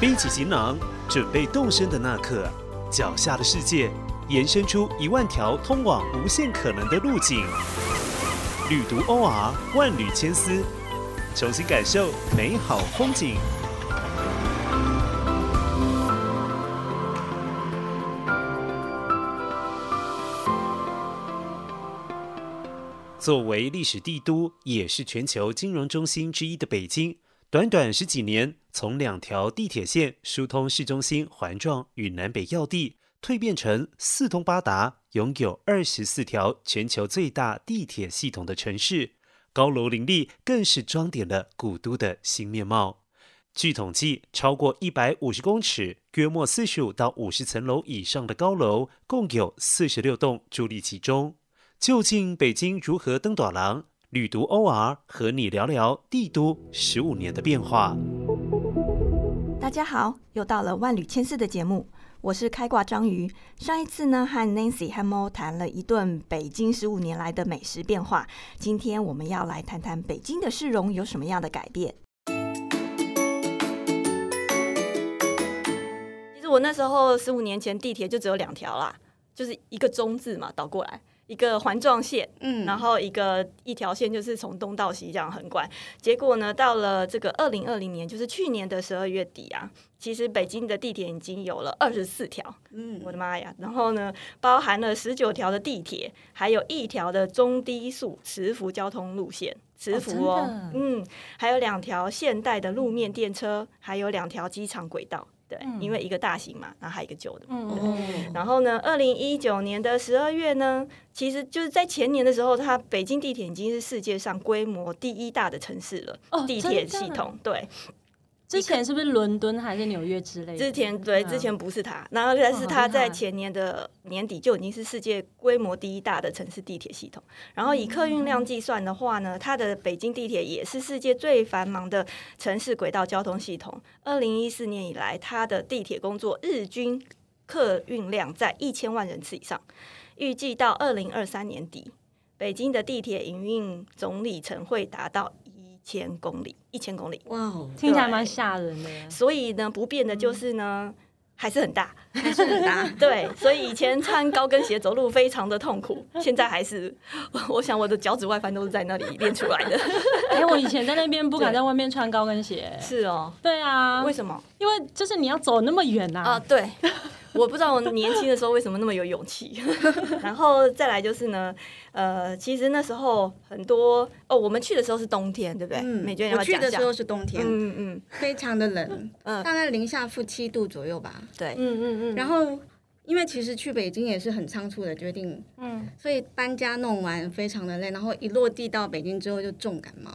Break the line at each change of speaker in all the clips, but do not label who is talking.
背起行囊，准备动身的那刻，脚下的世界延伸出一万条通往无限可能的路径。旅途 OR 万缕千丝，重新感受美好风景。作为历史帝都，也是全球金融中心之一的北京，短短十几年，从两条地铁线疏通市中心环状与南北要地，蜕变成四通八达、拥有二十四条全球最大地铁系统的城市。高楼林立更是装点了古都的新面貌。据统计，超过一百五十公尺、约莫四十五到五十层楼以上的高楼，共有四十六栋伫立其中。究竟北京如何登短廊？旅读 OR 和你聊聊帝都十五年的变化。
大家好，又到了万缕千丝的节目，我是开挂章鱼。上一次呢，和 Nancy 和 Mo 谈了一顿北京十五年来的美食变化，今天我们要来谈谈北京的市容有什么样的改变。
其实我那时候十五年前地铁就只有两条啦，就是一个中字嘛倒过来，一个环状线，
嗯，
然后一个一条线就是从东到西这样横贯。结果呢，到了这个二零二零年，就是去年的十二月底啊，其实北京的地铁已经有了二十四条，
嗯
我的妈呀！然后呢，包含了十九条的地铁，还有一条的中低速磁浮交通路线，磁浮哦，
哦真的
嗯，还有两条现代的路面电车，还有两条机场轨道。对，
嗯
因为一个大型嘛，然后还有一个旧的。对
哦
然后呢，二零一九年的十二月呢，其实就是在前年的时候，它北京地铁已经是世界上规模第一大的城市了，
哦
地铁
真的
系统。对，
之前是不是伦敦还是纽约之类的？
之前对
嗯
之前不是它，然后但
哇
是
好
它
厉
在
害
前年的年底就已经是世界规模第一大的城市地铁系统。然后以客运量计算的话呢，它的北京地铁也是世界最繁忙的城市轨道交通系统。二零一四年以来，它的地铁工作日均客运量在一千万人次以上，预计到二零二三年底，北京的地铁营运总里程会达到一千公里，一千公里。
哇哦，
听起来蛮吓人 的。
所以呢，不变的就是呢，嗯 还是很大。，
还是很大
对，所以以前穿高跟鞋走路非常的痛苦，现在还是， 我我想我的脚趾外翻都是在那里练出来的。
哎，我以前在那边不敢在外面穿高跟鞋。
是哦，
对 啊，
为什么
因为就是你要走那么远呐、
啊？对， 我不知道我年轻的时候为什么那么有勇气。 然后再来就是呢，呃，其实那时候很多哦，我们去的时候是冬天，对不对？哎美娟你要
我
不
去
要讲
的
一下
时。候是冬天，
嗯嗯
非常的冷，
嗯
大概零下负七度左右吧。
对，
嗯嗯嗯，
然后，因为其实去北京也是很仓促的决定，
嗯，
所以搬家弄完非常的累，然后一落地到北京之后就重感冒。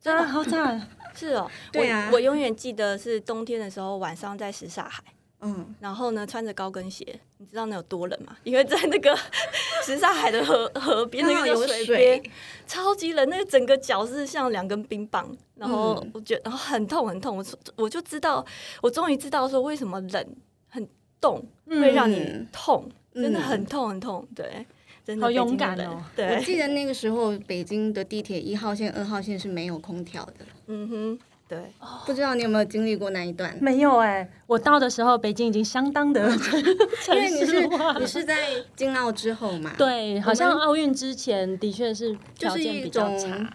真的好惨，
是哦，
对啊
我我永远记得是冬天的时候晚上在什刹海，
嗯，
然后呢，穿着高跟鞋，你知道那有多冷吗？因为在那个什刹海的河河边，那
刚好
个
有
叫水边，超级冷，那个整个脚是像两根冰棒。然后
嗯
我觉得，然后很痛很痛，我说我就知道，我终于知道说为什么冷很冻 会让你
嗯
痛，真的
嗯
很痛很痛，对，真的
好
北京
勇敢
的冷
哦
我
对，
记得那个时候北京的地铁一号线、二号线是没有空调的，
嗯哼，对，
不知道你有没有经历过那 一段？
没有哎、我到的时候北京已经相当的
因
城
为你
市
是
化
你
了。
是在京澳之后嘛？，
对，好像奥运之前的确是条
就是
件
一
比较
种
差，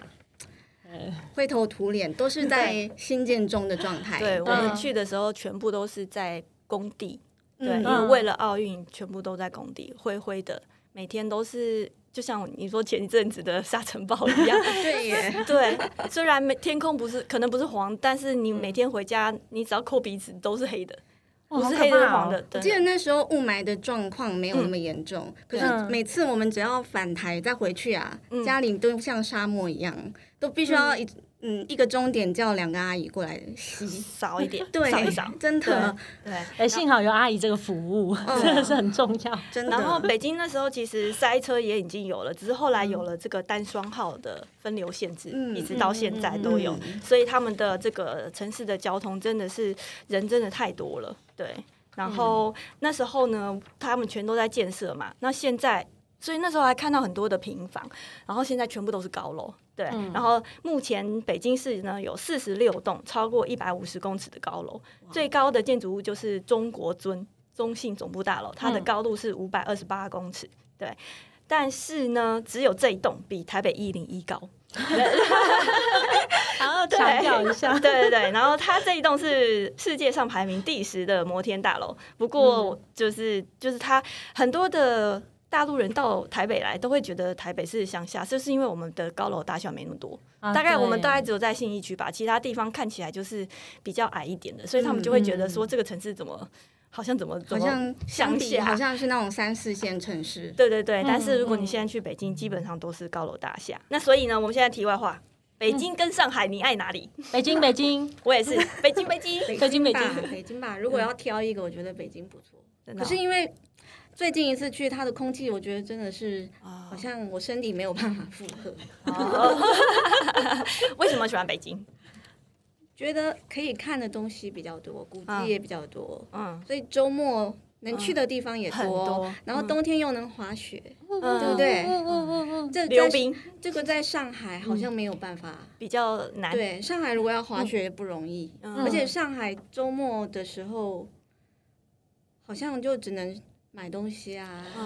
灰头土脸，都是在新建中的状态。
对我
嗯
们去的时候全部都是在工地，对，
嗯
因为为了奥运，全部都在工地，灰灰的，每天都是就像你说前一阵子的沙尘暴一样。
对耶，
对，虽然没天空不是可能不是黄，但是你每天回家，你只要扣鼻子都是黑的，
哇
不是
好可
黑的是
怕哦
黄的。
我
真
记得
的
那时候雾霾的状况没有那么严重，可是
嗯
每次我们只要返台再回去啊，
嗯
家里都像沙漠一样，都必须要一嗯一个钟点叫两个阿姨过来洗。
少一点，
对
少一少。，
真的
对，
哎、幸好有阿姨这个服务，
嗯
真的是很重要。
真的。
然后北京那时候其实塞车也已经有了，只是后来有了这个单双号的分流限制，
嗯
一直到现在都有，
嗯
所以他们的这个城市的交通真的是人真的太多
嗯
了，对。然后那时候呢，他们全都在建设嘛，那现在。所以那时候还看到很多的平房，然后现在全部都是高楼。对，
嗯
然后目前北京市呢有四十六栋超过一百五十公尺的高楼，
哦
最高的建筑物就是中国尊中信总部大楼，它的
嗯
高度是五百二十八公尺。对，但是呢，只有这一栋比台北一零一高。
然后
哦对
强调一 下，
对对对，然后它这一栋是世界上排名第十的摩天大楼，不
嗯
过就是、就是它很多的。大陆人到台北来都会觉得台北是乡下，就是因为我们的高楼大厦没那么多，
啊
大概我们
对
大概只有在信义区吧，其他地方看起来就是比较矮一点的，所以他们就会觉得说这个城市怎么好像怎么
嗯好
怎么
像相比
乡下
好像是那种三四线城市，
对对对，
嗯
但是如果
嗯
你现在去北京，基本上都是高楼大厦。那所以呢，我们现在题外话，北
嗯
京跟上海，你爱哪里？
北京北京，
我也是，北京北京。嗯
北京北京
吧，北 京吧。如果要挑一个，我觉得北京不错。
真的
可
哦
是因为最近一次去，它的空气我觉得真的是
啊
好像我身体没有办法负荷，
为什么喜欢北京？
觉得可以看的东西比较多，古迹
嗯
也比较多，
嗯，
所以周末能去的地方也
嗯很多
然后冬天又能滑雪，对
嗯对
不？
嗯
对？这
溜
在
冰
这个在上海好像没有办法。
比较难，
对，上海如果要滑雪也不容易，
嗯
而且上海周末的时候好像就只能买东西啊，
嗯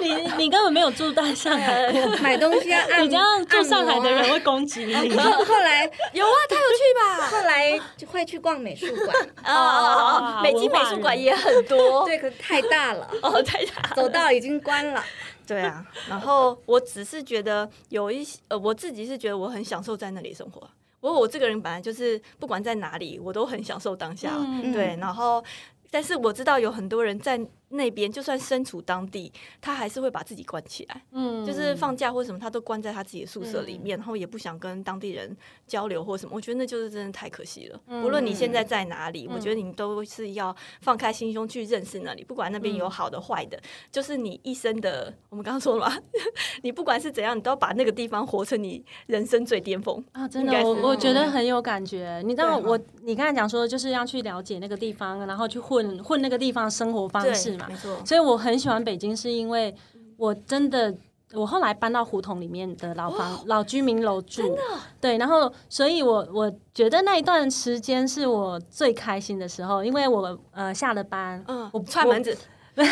你你根本没有住在上海过，
买东西 啊，按
你这样住
按
上海
摩
的人
啊
会攻击你。
然后后来
有啊，他有去吧？
后来就会去逛美术馆，
哦哦哦，北京美术馆也很多，
对，可是太大了，
哦，对呀，
走道已经关了。
对啊。然后我只是觉得有一些，呃，我自己是觉得我很享受在那里生活。不过我这个人本来就是不管在哪里，我都很享受当下。
嗯
对，然后但是我知道有很多人在那边，就算身处当地，他还是会把自己关起来，
嗯
就是放假或什么，他都关在他自己的宿舍里面，然后也不想跟当地人交流或什么。我觉得那就是真的太可惜了。
嗯
无论你现在在哪里，我觉得你都是要放开心胸去认识那里，不管那边
嗯
有好的坏的，就是你一生的。我们刚刚说了嘛， 你不管是怎样，你都要把那个地方活成你人生最巅峰。
啊，真
应
的，
该
我
是
我觉得很有感觉。你知道
对嗯
我，你刚才讲说就是要去了解那个地方，然后去混混那个地方生活方式嘛
没。错。
所以我很喜欢北京，是因为我真的。我后来搬到胡同里面的老房、
哦
老居民楼住，对，然后，所以我我觉得那一段时间是我最开心的时候，因为我呃下了班，
嗯，
我
串门子，
我，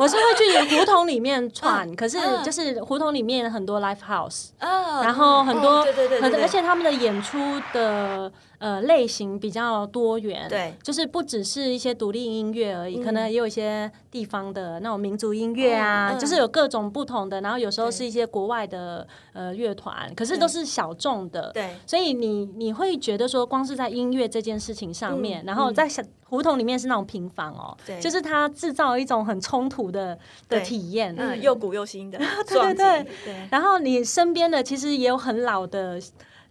我是会去胡同里面串，可是就是胡同里面很多 live house，
嗯，
然后很多、
嗯对对对对
很多
对
而且他们的演出的呃类型比较多元，
对
就是不只是一些独立音乐而已，
嗯
可能也有一些地方的那种民族音乐啊，
嗯嗯
就是有各种不同的，然后有时候
对嗯
是一些国外的呃乐团，可是都是小众的，
哦对
所以你你会觉得说，光是在音乐这件事情上面，
嗯
然后在小胡同里面是那种平房哦，
对
就是它制造一种很冲突的的
对
体验，
嗯，又古又新的
对
撞击，
对
对
然后你身边的其实也有很老的。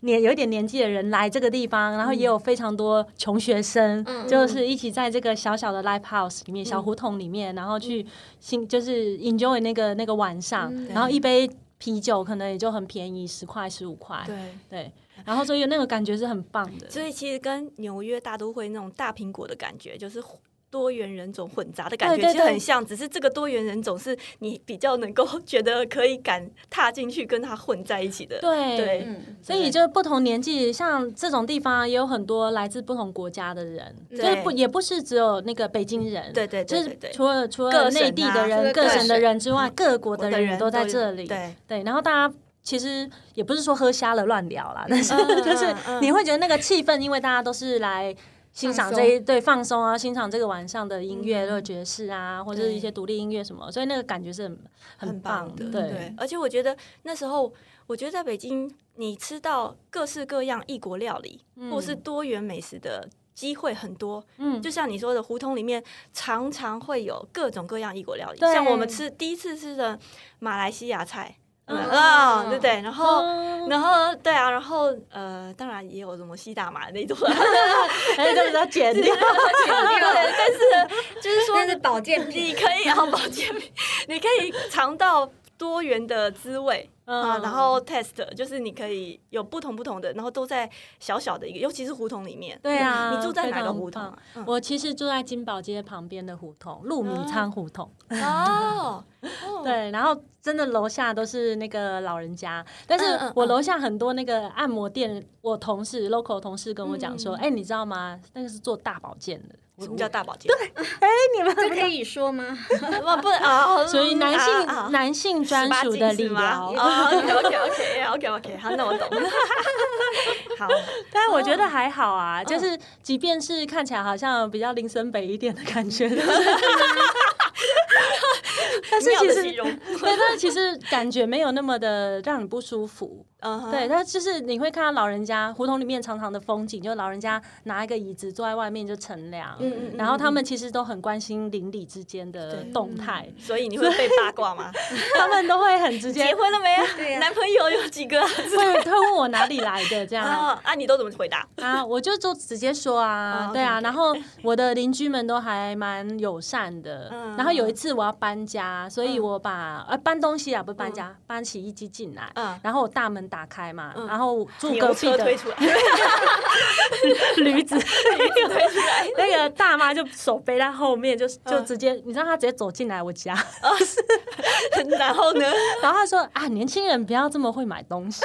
年有一点年纪的人来这个地
嗯
方，然后也有非常多穷学生，
嗯
就是一起在这个小小的 live house 里面、小胡同里面，然后去新就是 enjoy 那个那个晚上，
嗯
然后一杯啤酒可能也就很便宜，十块十五块，
对。
对，然后所以那个感觉是很棒的，
所以其实跟纽约大都会那种大苹果的感觉，就是多元人种混杂的感觉，
对对
其实很
对
像。只是这个多元人种是你比较能够 觉得可以敢踏进去跟他混在一起 的。
对
对，
嗯，
所以就是不同年纪，像这种地方也有很多来自不同国家的人，
对
就是不也不是只有那个北京人，
对对
就
对
是
对对
除了除了
各省啊
内地的
除
人、
了
各
各
省的
省
人之外，各国的
我的
人
人
都在
有
这里，
对
对，然后大家。其实也不是说喝瞎了乱聊啦，但是
嗯嗯
就是
嗯
你会觉得那个气氛，因为大家都是来欣赏这一对放松啊，欣赏这个晚上的音
嗯
乐，或者爵士啊，或者是一些独立音乐什么，所以那个感觉是很
很
棒
棒的，
对，
而且我觉得那时候，我觉得在北京，你吃到各式各样异国料理、或是多元美食的机会很多。
嗯
就像你说的，胡同里面常常会有各种各样异国料理，
对
像我们吃第一次吃的马来西亚菜，
嗯
嗯啊、对不对？然后。
嗯
然后对啊，然后呃，当然也有什么西大马那种，啊
哎，这个要剪掉，
对，但是呢，就是说
但是保健品
你可以啊，保健品，你可以尝到多元的滋味啊、
嗯
然后 test 就是你可以有不同不同的，然后都在小小的一个，尤其是胡同里面。
对啊
你住在哪个胡同、
非
啊？嗯
我其实住在金宝街旁边的胡同，鹿米仓胡同。
哦，哦，
对，然后真的楼下都是那个老人家，但是
嗯嗯
我
嗯
楼下很多那个按摩店，我同事 local 同事跟我讲说，
嗯
哎、你知道吗？那个是做大保健的。
什
我
么叫大保健？对，
这可以说吗？
不不啊，
所以男性、
啊啊
男性专属的理疗，
OK OK OK OK OK，好，那我 懂。好，
但我觉得还好啊，就
嗯
是即便是看起来好像比较林森北一点的感 觉，但是但是
妙
其
的
实
形容
对，但是其实感觉没有那么的让你不舒服。
嗯哼
对，，但就是你会看到老人家胡同里面长长的风景，就老人家拿一个椅子坐在外面就乘凉，
嗯嗯嗯
然后他们其实都很关心邻里之间的
对
动态，
所以你会被八卦 吗？
他们都会很直 接
结婚了没啊？
对呀
男朋友有几个啊？
会会问我哪里来 的这样，
啊，啊你都怎么回 答？
啊，我就就直接说啊，
哦
对啊，
OK，OK
然后我的邻居们都还蛮友善的。
嗯
然后有一次我要搬家，所以
嗯
我把呃搬东西啊，不是搬家，搬洗衣机进来，
嗯
然后我大门打开嘛，
嗯
然后住隔
牛
壁
车
的
推出 来，
驴子，
推出来，
那个大妈就手背在后面，就就
嗯
直接，你知道她直接走进来 我家，
哦然后呢？
然后她说啊，年轻人不要这么会买 东西。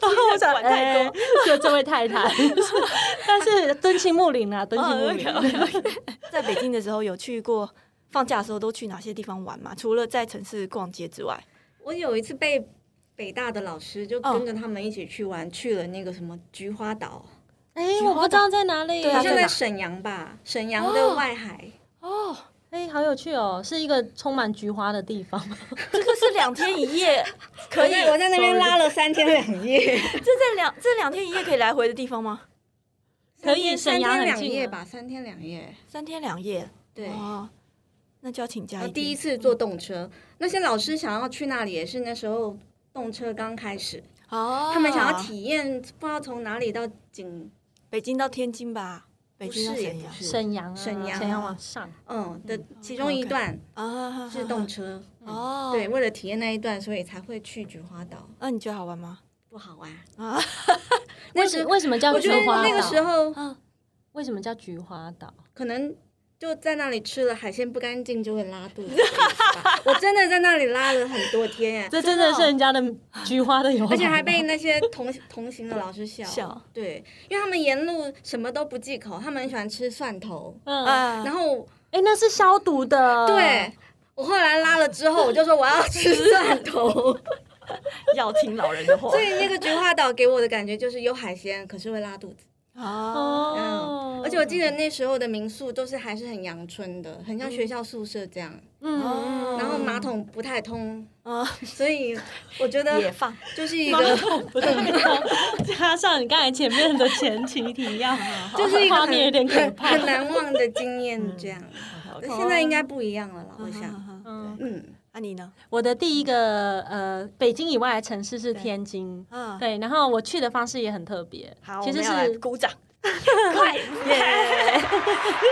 然后我想，
管太多 哦
哎，就这位太 太， 但是敦亲睦邻啊，敦亲睦
哦
邻。
在北京的时候有去过。放假的时候都去哪些地方玩嘛？除了在城市逛街之外，
我有一次被北大的老师就
哦
跟着他们一起去玩，去了那个什么菊花岛，
哎、我不知道在哪里。
对
好
啊
像
在哪
在沈阳吧，沈阳的外海。
哦
哎、好有趣哦，是一个充满菊花的地方。
这个是两天一夜，可
我
以
在我在那边拉了三天两夜，
这这两这两天一夜可以来回的地方吗？
可以沈
三
阳
天
很
两
近
夜
啊
吧，三天两夜。
三天两夜，
对，
哦，那就要请假
然后
一
第一
天。
次坐动车，那些老师想要去那里也是那时候动车刚开始，
哦，
他们想要体验，不知道从哪里到景，
北京到天津吧，北京到
不
沈
是也
阳
不是
沈阳啊，
沈阳啊
沈阳往上。
嗯的其中一
OK
段
啊，
嗯
是动车，嗯
哦，
对，，为了体验那一段，所以才会去菊花岛，
那你觉得好玩吗？
不好玩。
啊，
为
那
什
时
为什么叫
我觉
菊
得
花岛？
那个时候
为什么叫菊花岛？
可能就在那里吃了海鲜不干净就会拉肚子的意思 吧，我真的在那里拉了很多天，
这真的是人家的菊花的由来吗，
哦而且还被那些同同行的老师笑。
笑
对，因为他们沿路什么都不忌口，他们很喜欢吃蒜头。
嗯，哎、
啊，
然后
那是消毒的。
呃对我后来拉了之后，我就说我要吃蒜头。
要听老人的 话
所以那个菊花岛给我的感觉就是有海鲜，可是会拉肚子。嗯
啊，
哦，
而且我记得那时候的民宿都是还是很阳春的，很像学校宿舍这样，
嗯，
哦
然后马桶不太通，
啊，
所以我觉
也
得
放
就是一
马
个
桶嗯不太通， 加上你刚才前面的前情提要，
就是一个
画面有点
很
可
很
怕
很。难忘的经
嗯
验这样。现在应该不一样了啦，我想，
啊，
嗯，
嗯，
啊你呢？
我的第一个呃，北京以外的城市是天津。
嗯
啊，
对，然后我去的方式也很特别，
好，
其实
我们要来
是
鼓 掌，快 耶！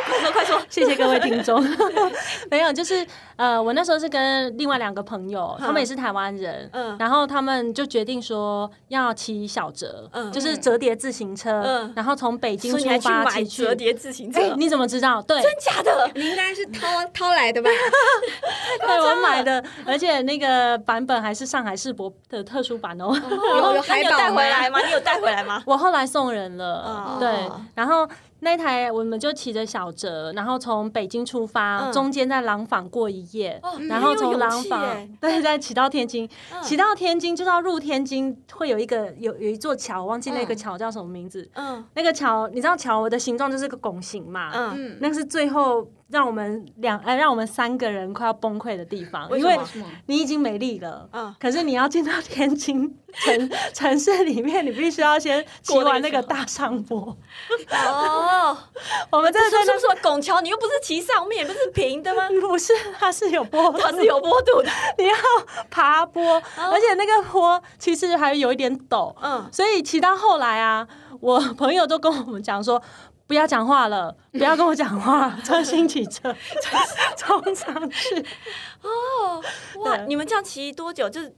快说快说，
谢谢各位听众。 没有，就是呃，我那时候是跟另外两个朋友，他们也是台湾人，
嗯
然后他们就决定说要骑小折，
嗯
就是折叠自行车，
嗯
然后从北京
所以
出
你还去
发
买
骑去。
折叠自行车
哎，？你怎么知道？对，
真假 的？
你应该是掏
嗯
掏 来的吧？
对我
啊
买的，而且那个版本还是上海世博的特殊版哦。
有有
那
海
你有带回
岛吗？
来吗？你有带回来吗？
我后来送人了
哦，
对，然后那台我们就骑着小折，然后从北京出发，
嗯
中间在廊坊过一夜，
哦
然
你
后
很
从
有
廊
勇气
坊
耶嗯
对，再骑到天津，骑到天津就是要入天津，会有一个有有一座桥，忘记那个
嗯
桥叫什么名字。
嗯
那个桥，你知道桥的形状就是个拱形嘛？
嗯，
嗯，
那是最后让我们两呃让我们三个人快要崩溃的地方，
为
因
什么
为
什么？
你已经没力了，
嗯
可是你要进到天津城城市里面，你必须要先骑
过那个
完那个
桥
大上坡。
哦，
我们
这
真的在
是
那
说什么拱桥？你又不是骑上面，不是平的吗？嗯
不是，它是有坡 度，
它哦是有坡度的。
你要爬坡，而且那个坡其实还有一点陡，
嗯，
所以骑到后来啊，我朋友都跟我们讲说。不要讲话了，不要跟我讲话， 专心骑车，冲上去。
哇，
对
你们这样骑多久？就是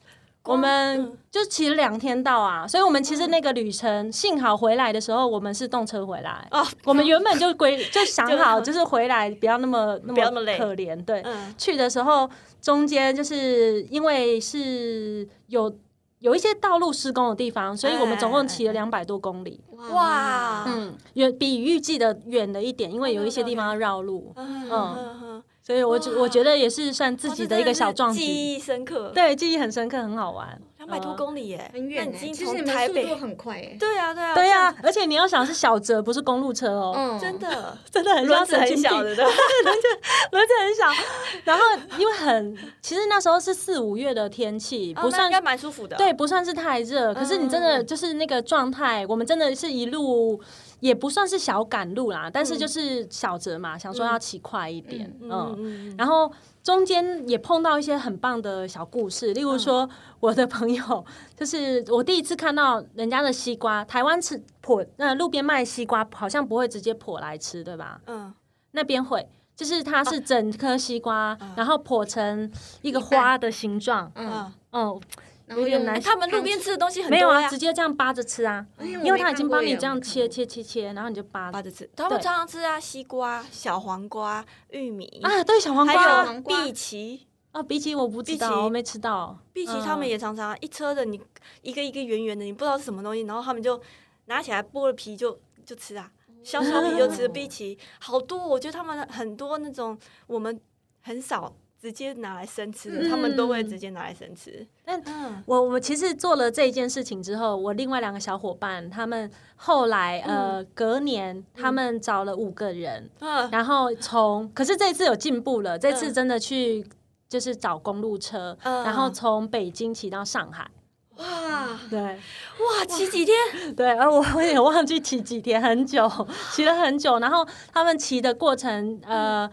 我
嗯
们就骑了两天到啊，所以我们其实那个旅程，幸好回来的时候我们是动车回来。
哦，
我们原本就规就想
就是
好，就是回来不要那么那
不要那么累
可怜，对。
嗯，
去的时候，中间就是因为是有有一些道路施工的地方，所以我们总共
哎
骑了两百多公里。
哇，
嗯，远比预计的远了一点，因为有一些地方要绕路，
嗯
嗯
嗯嗯，
所以我觉
哇
我觉得也是算自己的一个小壮
哦这真的是
举。
记忆深刻。，
对，记忆很深刻，很好玩。
两百多
嗯
公里哦耶，
很远
那
欸
你已经
其实你
从
们
台
速
北
度，很快哎。
对啊，对啊，
对呀、
这样子，
而且你要想是小折，不是公路车哦，
嗯
真的，
真的很
轮
像
子
神
很
经
小
病
的，对
轮子很小。然后因为很，其实那时候是四五月的天气，
哦
不
那
算
应该蛮舒服的。
对，，不算是太热，可是你真的
嗯
就是那个状态，我们真的是一路也不算是小赶路啦，但是就是小折嘛，想说要骑快一点，嗯。
嗯
然后中间也碰到一些很棒的小故事，例如说我的朋友， 就是我第一次看到人家的西瓜，台湾吃破呃路边卖西瓜好像不会直接破来吃，对吧？
嗯，
那边会，就是它是整颗西瓜，然后破成一个
一半
花的形状，
嗯，
嗯，
然后
有点
用
难
哎
想
他们路边吃的东西很
没有
多
啊，
呀
直，接这样扒着吃啊，
哎我
因为
没
他已
看
经
过
帮
耶嗯
你
我
这样
没看
切
过
切切切，然后你就扒
扒
着
着吃。他们
啊对
常常吃啊，西瓜、小黄瓜、玉米，
啊，对，小黄
还
瓜
有
啊
黄瓜
碧琪。
哦，比起我不知
荸
道，
荠
我没吃到
碧琪他们也常常啊一车的，你一个一个圆圆的，你不知道是什么东西，然后他们就拿起来剥了皮就就吃啊，削削皮就吃。
哦
碧琪好多，我觉得他们很多那种我们很少直接拿来生吃的，
嗯
他们都会直接拿来生吃。
但
嗯，
我我其实做了这件事情之后，我另外两个小伙伴他们后来呃隔年他们找了五个人，
嗯
然后从可是这一次有进步了，这次
嗯
真的去就是找公路车，
嗯
然后从北京骑到上海，
哇，
对，
哇，骑几天？
对，而我我也忘记骑几天，很久，骑了很久。然后他们骑的过程，呃，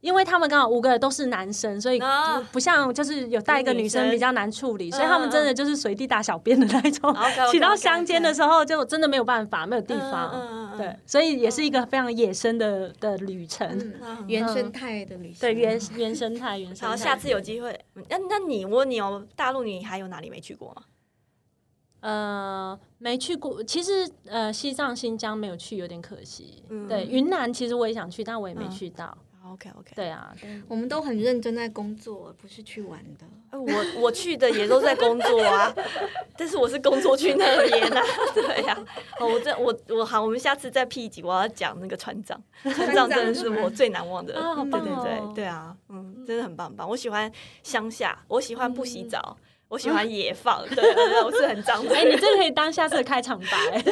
因为他们刚好五个都是男生，所以
啊
不不像就是有带一个
女
女生
生
比较难处理，
嗯哦
所以他们真的就是随地大小便的那一种。
OK，OK，OK，
骑到乡间的时候，就真的没有办法，没有地
嗯
方。
嗯嗯嗯
对，所以也是一个非常野生的的旅程。
那很
嗯，原生态的旅行，
对，原原生态，原生
好，
态。
下次有机会，嗯那那你我问你哦，大陆你还有哪里没去过吗？
呃，没去过。其实呃，西藏、新疆没有去，有点可惜。
嗯
对，云南其实我也想去，但我也没
嗯
去到。
OK OK，
对啊，
我们都很认真在工作，不是去玩的。
我我去的也都在工作啊，但是我是工作去那边啊， 对呀、好，我这我我好，我们下次再 P 一集，我要讲那个船长，船长真的是我最难忘的，
啊好
对
棒
对
哦
对对啊，嗯，真的很棒很棒。我喜欢乡下，我喜欢不洗澡，我喜欢野放，对对对，我是很脏的。
嗯哎、你这可以当下次的开场白。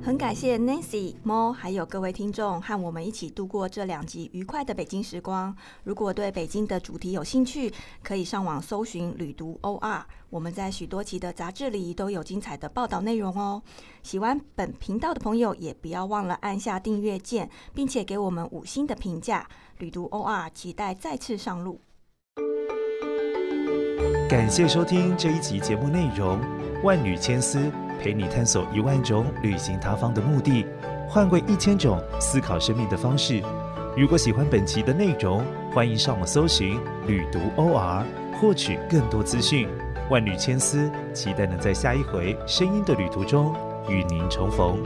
很感谢 Nancy、Mo 还有各位听众和我们一起度过这两集愉快的北京时光。如果对北京的主题有兴趣，可以上网搜寻“旅读 OR”，我们在许多期的杂志里都有精彩的报道内容哦。喜欢本频道的朋友，也不要忘了按下订阅键，并且给我们五星的评价。旅读 OR 期待再次上路。
感谢收听这一集节目内容，《万缕千丝》陪你探索一万种旅行他方的目的，换过一千种思考生命的方式。如果喜欢本集的内容，欢迎上网搜寻“旅读 OR” 获取更多资讯。万缕千丝，期待能在下一回声音的旅途中与您重逢。